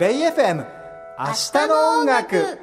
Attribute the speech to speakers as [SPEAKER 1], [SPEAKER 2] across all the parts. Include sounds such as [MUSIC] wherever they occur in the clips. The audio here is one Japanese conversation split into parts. [SPEAKER 1] ベイ FM 明日の音楽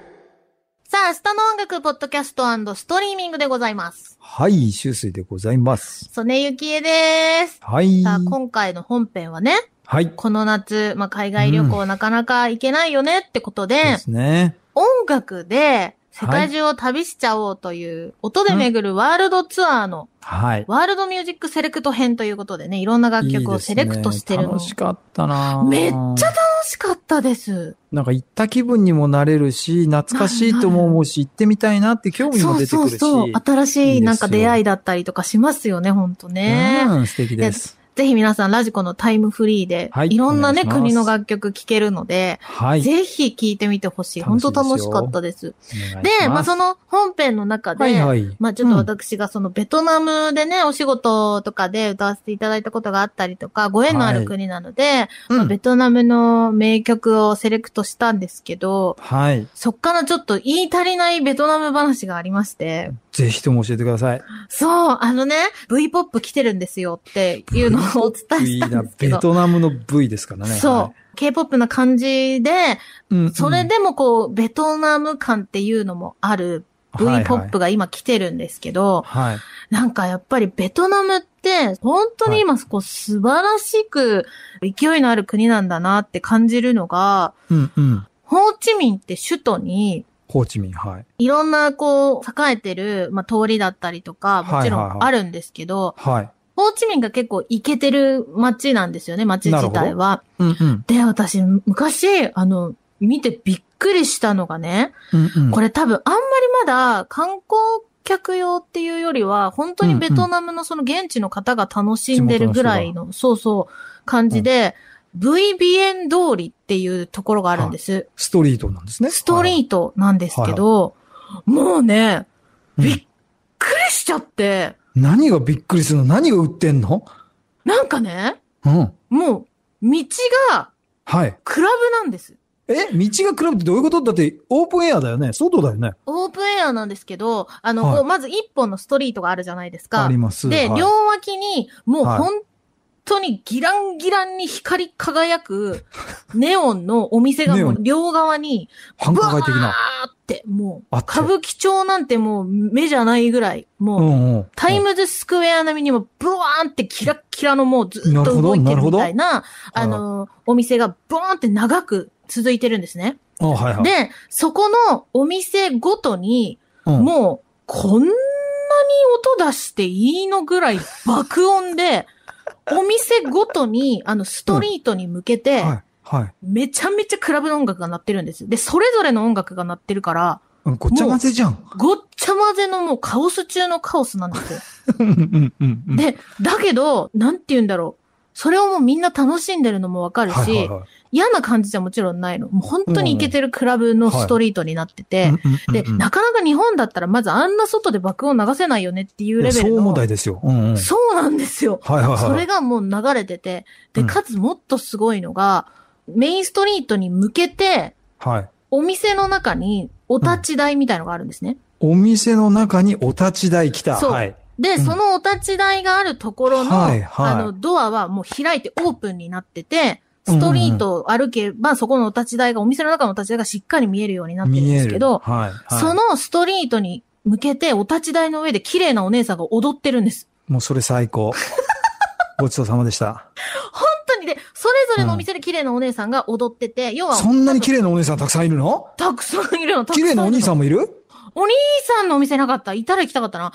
[SPEAKER 2] さあ、明日の音楽、ポッドキャストストリーミングでございます。
[SPEAKER 1] はい、秋水でございます。
[SPEAKER 2] 曽根ゆきえです。
[SPEAKER 1] はい。
[SPEAKER 2] さあ、今回の本編はね、
[SPEAKER 1] はい。そ
[SPEAKER 2] この夏、まあ、海外旅行なかなか行けないよねってことで、
[SPEAKER 1] うですね。
[SPEAKER 2] 音楽で世界中を旅しちゃおうという、音で巡るワールドツアーの
[SPEAKER 1] はい。
[SPEAKER 2] ワールドミュージックセレクト編ということでね、いろんな楽曲をセレクトしてる
[SPEAKER 1] いい
[SPEAKER 2] の。
[SPEAKER 1] ですね楽しかったな
[SPEAKER 2] めっちゃ楽しかったです。
[SPEAKER 1] なんか行った気分にもなれるし、懐かしいとも思うし、行ってみたいなって興味
[SPEAKER 2] そ
[SPEAKER 1] も
[SPEAKER 2] う
[SPEAKER 1] 出て
[SPEAKER 2] そ
[SPEAKER 1] く
[SPEAKER 2] う
[SPEAKER 1] るし。
[SPEAKER 2] そう。新し
[SPEAKER 1] いい
[SPEAKER 2] い
[SPEAKER 1] ですよ
[SPEAKER 2] なんか出会いだったりとかしますよね、ほんとね。
[SPEAKER 1] うん、素敵です。
[SPEAKER 2] ぜひ皆さんラジコのタイムフリーで、
[SPEAKER 1] はい
[SPEAKER 2] い、ろんなね、
[SPEAKER 1] お願い
[SPEAKER 2] 国
[SPEAKER 1] します
[SPEAKER 2] の楽曲聴けるので、
[SPEAKER 1] はい。
[SPEAKER 2] ぜひ聴いてみてほしい。
[SPEAKER 1] 楽
[SPEAKER 2] 本
[SPEAKER 1] し
[SPEAKER 2] 当
[SPEAKER 1] いですよ
[SPEAKER 2] 楽しかったです。
[SPEAKER 1] お願いし
[SPEAKER 2] で、まあ、
[SPEAKER 1] す
[SPEAKER 2] その本編の中で、
[SPEAKER 1] はいはい。
[SPEAKER 2] まあちょっと私がそのベトナムでね、お仕事とかで歌わせていただいたことがあったりとか、ご縁のある国なので、
[SPEAKER 1] うん
[SPEAKER 2] まあベトナムの名曲をセレクトしたんですけど、
[SPEAKER 1] はい。
[SPEAKER 2] そっからちょっと言い足りないベトナム話がありまして、
[SPEAKER 1] ぜひとも教えてください。
[SPEAKER 2] そう、あのね、V-POP 来てるんですよっていう
[SPEAKER 1] [LAUGHS]
[SPEAKER 2] のをお伝え
[SPEAKER 1] い
[SPEAKER 2] し
[SPEAKER 1] い
[SPEAKER 2] た
[SPEAKER 1] なん
[SPEAKER 2] です、け
[SPEAKER 1] ベ
[SPEAKER 2] ど、
[SPEAKER 1] トナムの部位ですからね。
[SPEAKER 2] そう。K-POP な感じで、
[SPEAKER 1] う。うん
[SPEAKER 2] それ、でもこう、ベトナム感っていうのもある
[SPEAKER 1] うんはいはい
[SPEAKER 2] V-POP が今来てるんですけど、
[SPEAKER 1] はい。
[SPEAKER 2] なんかやっぱりベトナムって、本当に今こう素晴らしく勢いのある国なんだなって感じるのが、
[SPEAKER 1] うんうん。
[SPEAKER 2] ホーチミンって首都に、
[SPEAKER 1] ホーチミン、はい。
[SPEAKER 2] いろんなこう、栄えてる、まあ、通りだったりとか、もちろ
[SPEAKER 1] はいは
[SPEAKER 2] ん
[SPEAKER 1] いはい
[SPEAKER 2] あるんですけど、
[SPEAKER 1] はい。
[SPEAKER 2] ホーチミンが結構イケてる街なんですよね、街自体は。
[SPEAKER 1] うんうん。
[SPEAKER 2] で、私、昔、あの、見てびっくりしたのがね、
[SPEAKER 1] うんうん。
[SPEAKER 2] こ
[SPEAKER 1] れ、
[SPEAKER 2] れ多分あんまりまだ観光客用っていうよりは、本当にベトナムのその現地の方が楽しんでるぐらいの、そうそう、感じで、VBN 通りっていうところがあるんです。
[SPEAKER 1] ストリートなんですね。
[SPEAKER 2] スト
[SPEAKER 1] ー
[SPEAKER 2] リートなんですけど、もうね、びっくりしちゃって、
[SPEAKER 1] 何がびっくりするの何が売ってんの
[SPEAKER 2] なんかね、
[SPEAKER 1] うん。
[SPEAKER 2] もう、道が
[SPEAKER 1] はい。
[SPEAKER 2] クラブなんです。
[SPEAKER 1] え道が暗くってどういうことだって、オープンエアだよね。外だよね。
[SPEAKER 2] オープンエアなんですけど、あの、
[SPEAKER 1] はい
[SPEAKER 2] こうまず一本のストリートがあるじゃないですか。
[SPEAKER 1] あります。
[SPEAKER 2] で、
[SPEAKER 1] はい
[SPEAKER 2] 両脇に、もう
[SPEAKER 1] はい
[SPEAKER 2] 本当にギランギランに光り輝く、 [LAUGHS] ネオンのお店がも
[SPEAKER 1] ネ
[SPEAKER 2] う両側に、
[SPEAKER 1] 繁華街的
[SPEAKER 2] ブワ
[SPEAKER 1] な。
[SPEAKER 2] ーって、もう、
[SPEAKER 1] あって
[SPEAKER 2] 歌舞伎町なんてもう目じゃないぐらい、
[SPEAKER 1] う
[SPEAKER 2] もう、
[SPEAKER 1] んうん。
[SPEAKER 2] タイムズスクエア並みにもブワーンってキラッキラのもうずっ
[SPEAKER 1] なるほ
[SPEAKER 2] と
[SPEAKER 1] ど
[SPEAKER 2] 動いてるみたいな、
[SPEAKER 1] ど
[SPEAKER 2] あの、お店がブワーンって長く続いてるんですね。
[SPEAKER 1] あ、はいはい。
[SPEAKER 2] で、そこのお店ごとに、
[SPEAKER 1] うん、
[SPEAKER 2] もう、こんなに音出していいのぐらい爆音
[SPEAKER 1] [LAUGHS]
[SPEAKER 2] で、お店ごとに、あの、ストリートに向けて、
[SPEAKER 1] はい。はい。
[SPEAKER 2] めちゃめちゃクラブの音楽が鳴ってるんです。で、それぞれの音楽が鳴ってるから、
[SPEAKER 1] うんごっちゃ混ぜじゃん。
[SPEAKER 2] ごっちゃ混ぜのもうカオス中のカオスなんですよ。
[SPEAKER 1] うんうんうんうん。
[SPEAKER 2] で、だけど、なんて言うんだろう。それをもうみんな楽しんでるのもわかるし、
[SPEAKER 1] はいはいはい
[SPEAKER 2] 嫌な感じじゃもちろんないの。もう本当にイケてるクラブのストリートになってて、
[SPEAKER 1] うんうんうん
[SPEAKER 2] で、
[SPEAKER 1] うん
[SPEAKER 2] なかなか日本だったらまずあんな外で爆音流せないよねっていうレベル
[SPEAKER 1] いや
[SPEAKER 2] の。
[SPEAKER 1] そう問題ですよ。うんうん。
[SPEAKER 2] そうなんですよ。
[SPEAKER 1] はいはいはい。
[SPEAKER 2] それがもう流れてて、
[SPEAKER 1] う
[SPEAKER 2] で、
[SPEAKER 1] ん
[SPEAKER 2] かつもっとすごいのが、メインストリートに向けて、
[SPEAKER 1] はい。
[SPEAKER 2] お店の中にお立ち台みたいのがあるんですね。
[SPEAKER 1] お店の中にお立ち台来た。
[SPEAKER 2] そう
[SPEAKER 1] はい。
[SPEAKER 2] で、
[SPEAKER 1] うん
[SPEAKER 2] そのお立ち台があるところの、
[SPEAKER 1] はいはい
[SPEAKER 2] あの、ドアはもう開いてオープンになってて、ストリートを歩けば、そこのお立ち台が、お店の中のお立ち台がしっかり見えるようになってるん
[SPEAKER 1] 見
[SPEAKER 2] で
[SPEAKER 1] え
[SPEAKER 2] す
[SPEAKER 1] る。
[SPEAKER 2] けど、
[SPEAKER 1] はい。はい
[SPEAKER 2] そ、のストリートに向けて、お立ち台の上で綺麗なお姉さんが踊ってるんです。
[SPEAKER 1] もうそれ最
[SPEAKER 2] [LAUGHS]
[SPEAKER 1] 高。ごちそうさまでした。
[SPEAKER 2] 本当にで、それぞれのお店で綺麗なお姉さんが踊ってて、要は、
[SPEAKER 1] そんなに綺麗なお姉さんたくさんいるの
[SPEAKER 2] たくさんいるの、たくさん
[SPEAKER 1] 綺
[SPEAKER 2] い
[SPEAKER 1] 麗
[SPEAKER 2] るの。
[SPEAKER 1] なお兄さんもいる
[SPEAKER 2] お兄さんのお店なかった。いたら行きたかったな。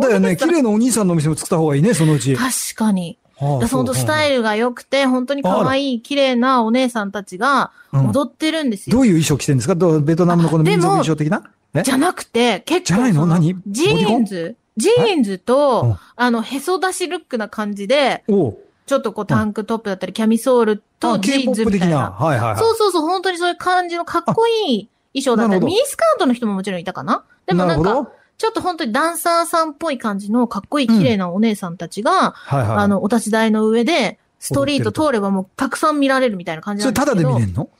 [SPEAKER 1] だよね。綺麗なお兄さんのお店も作った方がいいね、そのうち。
[SPEAKER 2] 確かに。だそのスタ
[SPEAKER 1] イ
[SPEAKER 2] イルが良くて、本当に可愛い、綺麗なお姉さんたちが
[SPEAKER 1] ど
[SPEAKER 2] 踊ってるんですよ。
[SPEAKER 1] ういう衣装着てるんですかどうベトナムのこの民族
[SPEAKER 2] あでも
[SPEAKER 1] 衣装的なえ
[SPEAKER 2] じゃなくて、結
[SPEAKER 1] じゃ
[SPEAKER 2] 構そ。
[SPEAKER 1] ないの何ボ
[SPEAKER 2] ジ
[SPEAKER 1] ディコ
[SPEAKER 2] ーン
[SPEAKER 1] ン
[SPEAKER 2] ズジーンズと、
[SPEAKER 1] うん
[SPEAKER 2] あの、へそ出しルックな感じで、
[SPEAKER 1] おう
[SPEAKER 2] ちょっとこうタンクトップだったり、キャミソールと
[SPEAKER 1] あ
[SPEAKER 2] ジーンズ
[SPEAKER 1] K-POP
[SPEAKER 2] み
[SPEAKER 1] 的
[SPEAKER 2] たい
[SPEAKER 1] な。
[SPEAKER 2] な。
[SPEAKER 1] はいはいはい。
[SPEAKER 2] そうそうそう、本当にそういう感じのかっこいい衣装だった
[SPEAKER 1] な
[SPEAKER 2] り、
[SPEAKER 1] るほど
[SPEAKER 2] ミニスカートの人ももちろんいたかなでもなん
[SPEAKER 1] るほ
[SPEAKER 2] か、
[SPEAKER 1] ど
[SPEAKER 2] ちょっと本当にダンサーさんっぽい感じのかっこいい綺麗なお姉さんたちが、
[SPEAKER 1] はいはい。
[SPEAKER 2] あ、の、お立ち台の上で、ストリート通ればもうたくさん見られるみたいな感じ
[SPEAKER 1] そ
[SPEAKER 2] な
[SPEAKER 1] れ
[SPEAKER 2] んですけ
[SPEAKER 1] タダ
[SPEAKER 2] ど。
[SPEAKER 1] で見れんの
[SPEAKER 2] 見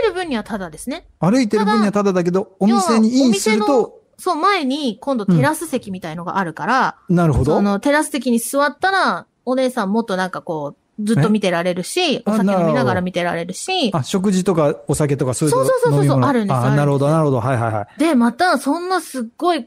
[SPEAKER 2] てる分にはただですね。
[SPEAKER 1] 歩いてる分にはただだけど、お
[SPEAKER 2] だ
[SPEAKER 1] 店にインする
[SPEAKER 2] 要はお
[SPEAKER 1] と、
[SPEAKER 2] そう、前に今度テラス席みたいのがあるから、
[SPEAKER 1] なるほど。
[SPEAKER 2] そのテラス席に座ったら、お姉さんもっとなんかこう、ずっと見てられるし、
[SPEAKER 1] あ
[SPEAKER 2] お酒飲みなが
[SPEAKER 1] なるほ
[SPEAKER 2] ら
[SPEAKER 1] ど
[SPEAKER 2] 見てられるし、
[SPEAKER 1] あ、食事とかお酒とかそういう
[SPEAKER 2] そうそうそうそう
[SPEAKER 1] 飲み物
[SPEAKER 2] あるんですあるん
[SPEAKER 1] あ、
[SPEAKER 2] です
[SPEAKER 1] なるほど、なるほど。はいはいはい。
[SPEAKER 2] で、またそんなすっごい栄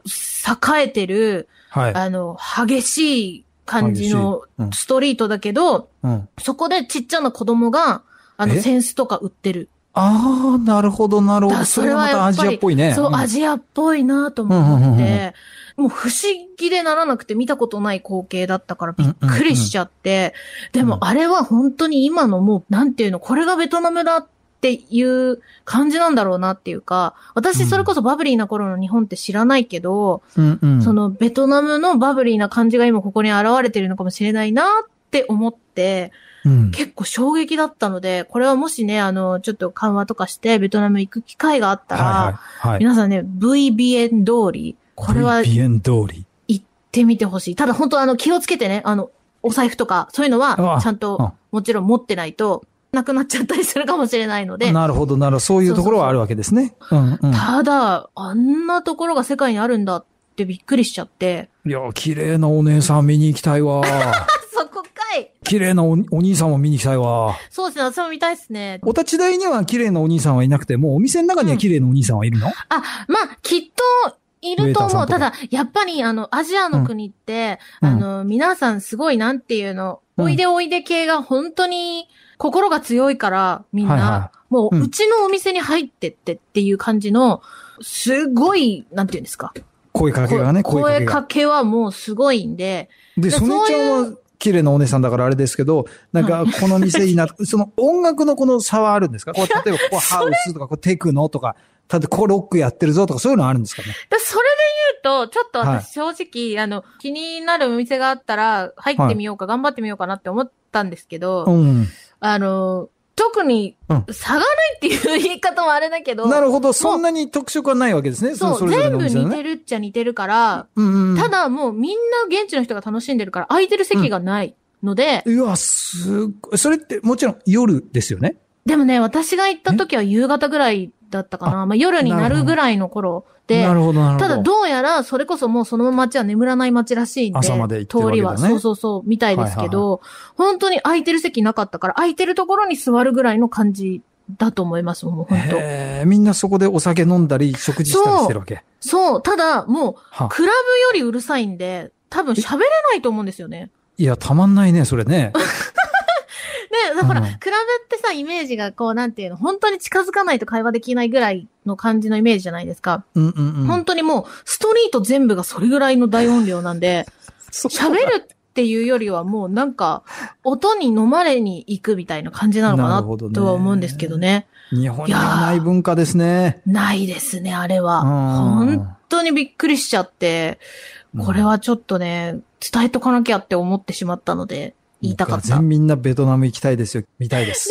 [SPEAKER 2] えてる、
[SPEAKER 1] はい。
[SPEAKER 2] あの、激しい感じの
[SPEAKER 1] 激しいうん
[SPEAKER 2] ストリートだけど、
[SPEAKER 1] うん。
[SPEAKER 2] そこでちっちゃな子供が、あの、
[SPEAKER 1] え
[SPEAKER 2] センスとか売ってる。
[SPEAKER 1] ああ、なるほど、なるほど。
[SPEAKER 2] だ
[SPEAKER 1] それはまたアジアっぽいね。
[SPEAKER 2] そう、
[SPEAKER 1] ん
[SPEAKER 2] アジアっぽいなと思って、もう不思議でならなくて見たことない光景だったからびっくりしちゃって、
[SPEAKER 1] うんうん
[SPEAKER 2] でもあれは本当に今のもう、なんていうの、これがベトナムだっていう感じなんだろうなっていうか、私それこそバブリーな頃の日本って知らないけど、
[SPEAKER 1] うんうん。
[SPEAKER 2] そのベトナムのバブリーな感じが今ここに現れてるのかもしれないなって思って、
[SPEAKER 1] うん、
[SPEAKER 2] 結構衝撃だったので、これはもしね、あの、ちょっと緩和とかして、ベトナム行く機会があったら、
[SPEAKER 1] はいはいはい。
[SPEAKER 2] 皆さんね、VBN 通り、これは行っ
[SPEAKER 1] ビエン通り。
[SPEAKER 2] てみてほしい。ただ本当あの、気をつけてね、あの、お財布とか、そういうの
[SPEAKER 1] う
[SPEAKER 2] は
[SPEAKER 1] わ、
[SPEAKER 2] ちゃん
[SPEAKER 1] うん
[SPEAKER 2] と、もちろん持ってないと、なくなっちゃったりするかもしれないので、
[SPEAKER 1] なるほど、なるほど。そういうところはあるわけですね。うんうん。
[SPEAKER 2] ただ、あんなところが世界にあるんだってびっくりしちゃって、
[SPEAKER 1] いや、綺麗なお姉さん見に行きた
[SPEAKER 2] [LAUGHS]
[SPEAKER 1] いわ。
[SPEAKER 2] あ [LAUGHS] そこかい
[SPEAKER 1] 綺麗なおお兄さんも見に行きたいわ。
[SPEAKER 2] そうですね、私も見たいですね。
[SPEAKER 1] お立ち台には綺麗なお兄さんはいなくても、お店の中には綺麗なお兄さんはいるの、
[SPEAKER 2] あ、まあ、きっと、いると
[SPEAKER 1] ウェイター
[SPEAKER 2] 思
[SPEAKER 1] さ
[SPEAKER 2] う。
[SPEAKER 1] んとか
[SPEAKER 2] ただ、やっぱり、あの、アジアの国って、
[SPEAKER 1] うん
[SPEAKER 2] あの、皆さんすごい、なんていうの、
[SPEAKER 1] うん
[SPEAKER 2] おいでおいで系が本当に、心が強いから、みんな、
[SPEAKER 1] はいは
[SPEAKER 2] もう、
[SPEAKER 1] うん
[SPEAKER 2] うちのお店に入ってってっていう感じの、すごい、なんていうんですか。
[SPEAKER 1] 声かけがね、声かけ
[SPEAKER 2] 声
[SPEAKER 1] が。
[SPEAKER 2] かけはもうすごいんで、
[SPEAKER 1] で、
[SPEAKER 2] で
[SPEAKER 1] ソネちゃ
[SPEAKER 2] そうん
[SPEAKER 1] は綺麗なお姉さんだからあれですけど、なんか、この店いいな、 [LAUGHS] その音楽のこの差はあるんですかこう、例えば、ここハウスとか、こうテクノとか、ただここロックやってるぞとか、そういうのあるんですかね
[SPEAKER 2] だそれで言うと、ちょっと私正直、あの、気になるお店があったら、入ってみようか、頑張ってみようかなって思ったんですけど、
[SPEAKER 1] うん。
[SPEAKER 2] あの、特に
[SPEAKER 1] うん、
[SPEAKER 2] 差がないっていう言い方もあれだけど、
[SPEAKER 1] なるほど、そんなに特色はないわけですね。
[SPEAKER 2] そう
[SPEAKER 1] のれぞれ
[SPEAKER 2] 全
[SPEAKER 1] のお
[SPEAKER 2] 部
[SPEAKER 1] 店の
[SPEAKER 2] 似
[SPEAKER 1] ね
[SPEAKER 2] てるっちゃ似てるから、
[SPEAKER 1] うんうん。
[SPEAKER 2] ただもうみんな現地の人が楽しんでるから、空いてる席がないので、
[SPEAKER 1] うわ、すっごい。それってもちろん夜ですよね。
[SPEAKER 2] でもね、私が行った時は夕方ぐらいだったかな、まあ、夜になるぐらいの頃で
[SPEAKER 1] な、るほど、なるほど。
[SPEAKER 2] ただどうやらそれこそもうその街は眠らない街らしいんで、
[SPEAKER 1] 朝まで行ってる
[SPEAKER 2] 通
[SPEAKER 1] わ
[SPEAKER 2] り
[SPEAKER 1] けだ
[SPEAKER 2] は、
[SPEAKER 1] ね
[SPEAKER 2] そうそうそう、みたいですけど、本当に空いてる席なかったから、空いてるところに座るぐらいの感じだと思います、もう本当。
[SPEAKER 1] えーみんなそこでお酒飲んだり、食事したりしてるわけ。
[SPEAKER 2] そう、ただ、もう、
[SPEAKER 1] は
[SPEAKER 2] クラブよりうるさいんで、多分喋れないと思うんですよね。
[SPEAKER 1] いや、たまんないね、それ
[SPEAKER 2] [LAUGHS]
[SPEAKER 1] ね。
[SPEAKER 2] ね、だから、
[SPEAKER 1] うん
[SPEAKER 2] クラブってさ、イメージがこう、なんていうの、本当に近づかないと会話できないぐらいの感じのイメージじゃないですか。
[SPEAKER 1] うんうんうん。
[SPEAKER 2] 本当にもう、ストリート全部がそれぐらいの大音量なん
[SPEAKER 1] [LAUGHS]
[SPEAKER 2] で、
[SPEAKER 1] そう
[SPEAKER 2] 喋るっていうよりはもうなんか、音に飲まれに行くみたいな感じなのか
[SPEAKER 1] な
[SPEAKER 2] な
[SPEAKER 1] るほどね
[SPEAKER 2] とは思うんですけどね。
[SPEAKER 1] 日本にはない文化ですね。
[SPEAKER 2] ないですね、あれは。
[SPEAKER 1] うん
[SPEAKER 2] 本当にびっくりしちゃって、これはちょっとね、伝えとかなきゃって思ってしまったので、言いたかっ
[SPEAKER 1] もう
[SPEAKER 2] た。
[SPEAKER 1] 完全
[SPEAKER 2] ね
[SPEAKER 1] みんなベトナム行きたいですよ。見たいです。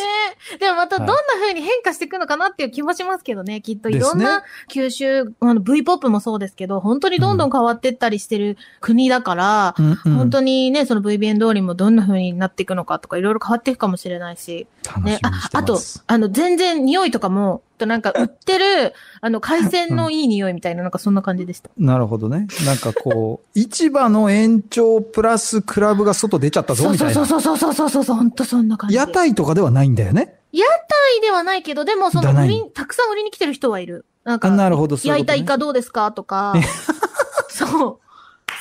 [SPEAKER 2] え。でもまたどん
[SPEAKER 1] はい
[SPEAKER 2] な風に変化していくのかなっていう気もしますけどね。きっとい
[SPEAKER 1] です
[SPEAKER 2] ろ
[SPEAKER 1] ね
[SPEAKER 2] んな吸収、あの V-POP もそうですけど、本当にどんどん変わってったりしてる国だから、
[SPEAKER 1] うんうん
[SPEAKER 2] 本当にね、その VBN 通りもどんな風になっていくのかとかいろいろ変わっていくかもしれないし。
[SPEAKER 1] 楽
[SPEAKER 2] ね
[SPEAKER 1] し。みに
[SPEAKER 2] あ
[SPEAKER 1] し、て
[SPEAKER 2] あ
[SPEAKER 1] ま
[SPEAKER 2] と
[SPEAKER 1] す。、
[SPEAKER 2] あの、全然匂いとかも、となんか売ってる、あの、海鮮のいい匂いみたいな、なんかそんな感じでした。
[SPEAKER 1] なるほどね。なんかこう、 [LAUGHS] 市場の延長プラスクラブが外出ちゃったぞ、
[SPEAKER 2] そう
[SPEAKER 1] み
[SPEAKER 2] そ
[SPEAKER 1] た
[SPEAKER 2] う
[SPEAKER 1] い
[SPEAKER 2] そ
[SPEAKER 1] な
[SPEAKER 2] う。そうそうそうそうそうそう、ほんとそんな感じ。
[SPEAKER 1] 屋台とかではないんだよね。
[SPEAKER 2] 台ではないけど、でもその
[SPEAKER 1] だな
[SPEAKER 2] 売
[SPEAKER 1] い
[SPEAKER 2] りに、たくさん売りに来てる人はいる。なん
[SPEAKER 1] あ
[SPEAKER 2] か、
[SPEAKER 1] なるほど、そうい
[SPEAKER 2] 焼い
[SPEAKER 1] うこと
[SPEAKER 2] た
[SPEAKER 1] ね
[SPEAKER 2] イカどうですかと
[SPEAKER 1] [LAUGHS]
[SPEAKER 2] か、そう。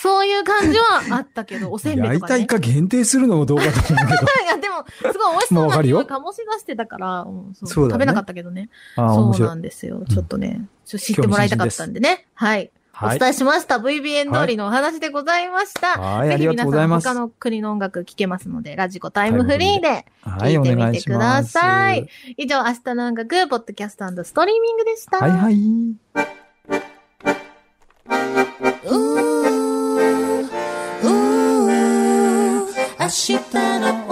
[SPEAKER 2] そういう感じはあった
[SPEAKER 1] [LAUGHS]
[SPEAKER 2] けど、おせんべいと
[SPEAKER 1] 焼い
[SPEAKER 2] か、
[SPEAKER 1] た
[SPEAKER 2] ね。
[SPEAKER 1] イカ限定するのもどうかと思うけ
[SPEAKER 2] [LAUGHS]
[SPEAKER 1] ど。
[SPEAKER 2] いや、でも、すごい美味しそう
[SPEAKER 1] まあわ
[SPEAKER 2] な
[SPEAKER 1] かる
[SPEAKER 2] 匂
[SPEAKER 1] よ
[SPEAKER 2] い醸し出してたから、うんそう
[SPEAKER 1] そうだよ
[SPEAKER 2] 食
[SPEAKER 1] ね
[SPEAKER 2] べなかったけどね。
[SPEAKER 1] ああ、面
[SPEAKER 2] そう
[SPEAKER 1] 白。
[SPEAKER 2] ないんですよ。
[SPEAKER 1] ん
[SPEAKER 2] ちょっとね、ちょっと知ってもらいたかったんでね。はい。
[SPEAKER 1] は
[SPEAKER 2] お
[SPEAKER 1] い。
[SPEAKER 2] 伝えしました。VBN 通りのお話でございました。
[SPEAKER 1] はい、あ
[SPEAKER 2] ぜ
[SPEAKER 1] り
[SPEAKER 2] ひ
[SPEAKER 1] が
[SPEAKER 2] 皆
[SPEAKER 1] とうござ
[SPEAKER 2] さ
[SPEAKER 1] い
[SPEAKER 2] ん
[SPEAKER 1] ます。
[SPEAKER 2] 他の国の音楽聴けますので、ラジコタイムフリーで
[SPEAKER 1] はい、
[SPEAKER 2] 聞
[SPEAKER 1] お
[SPEAKER 2] いてみ
[SPEAKER 1] 願い
[SPEAKER 2] て
[SPEAKER 1] し
[SPEAKER 2] くだ
[SPEAKER 1] ます。
[SPEAKER 2] さい。以上、明日の音楽、ポッドキャストストリーミングでした。
[SPEAKER 1] はいはい。
[SPEAKER 3] Ooh, ooh, ooh, 明日の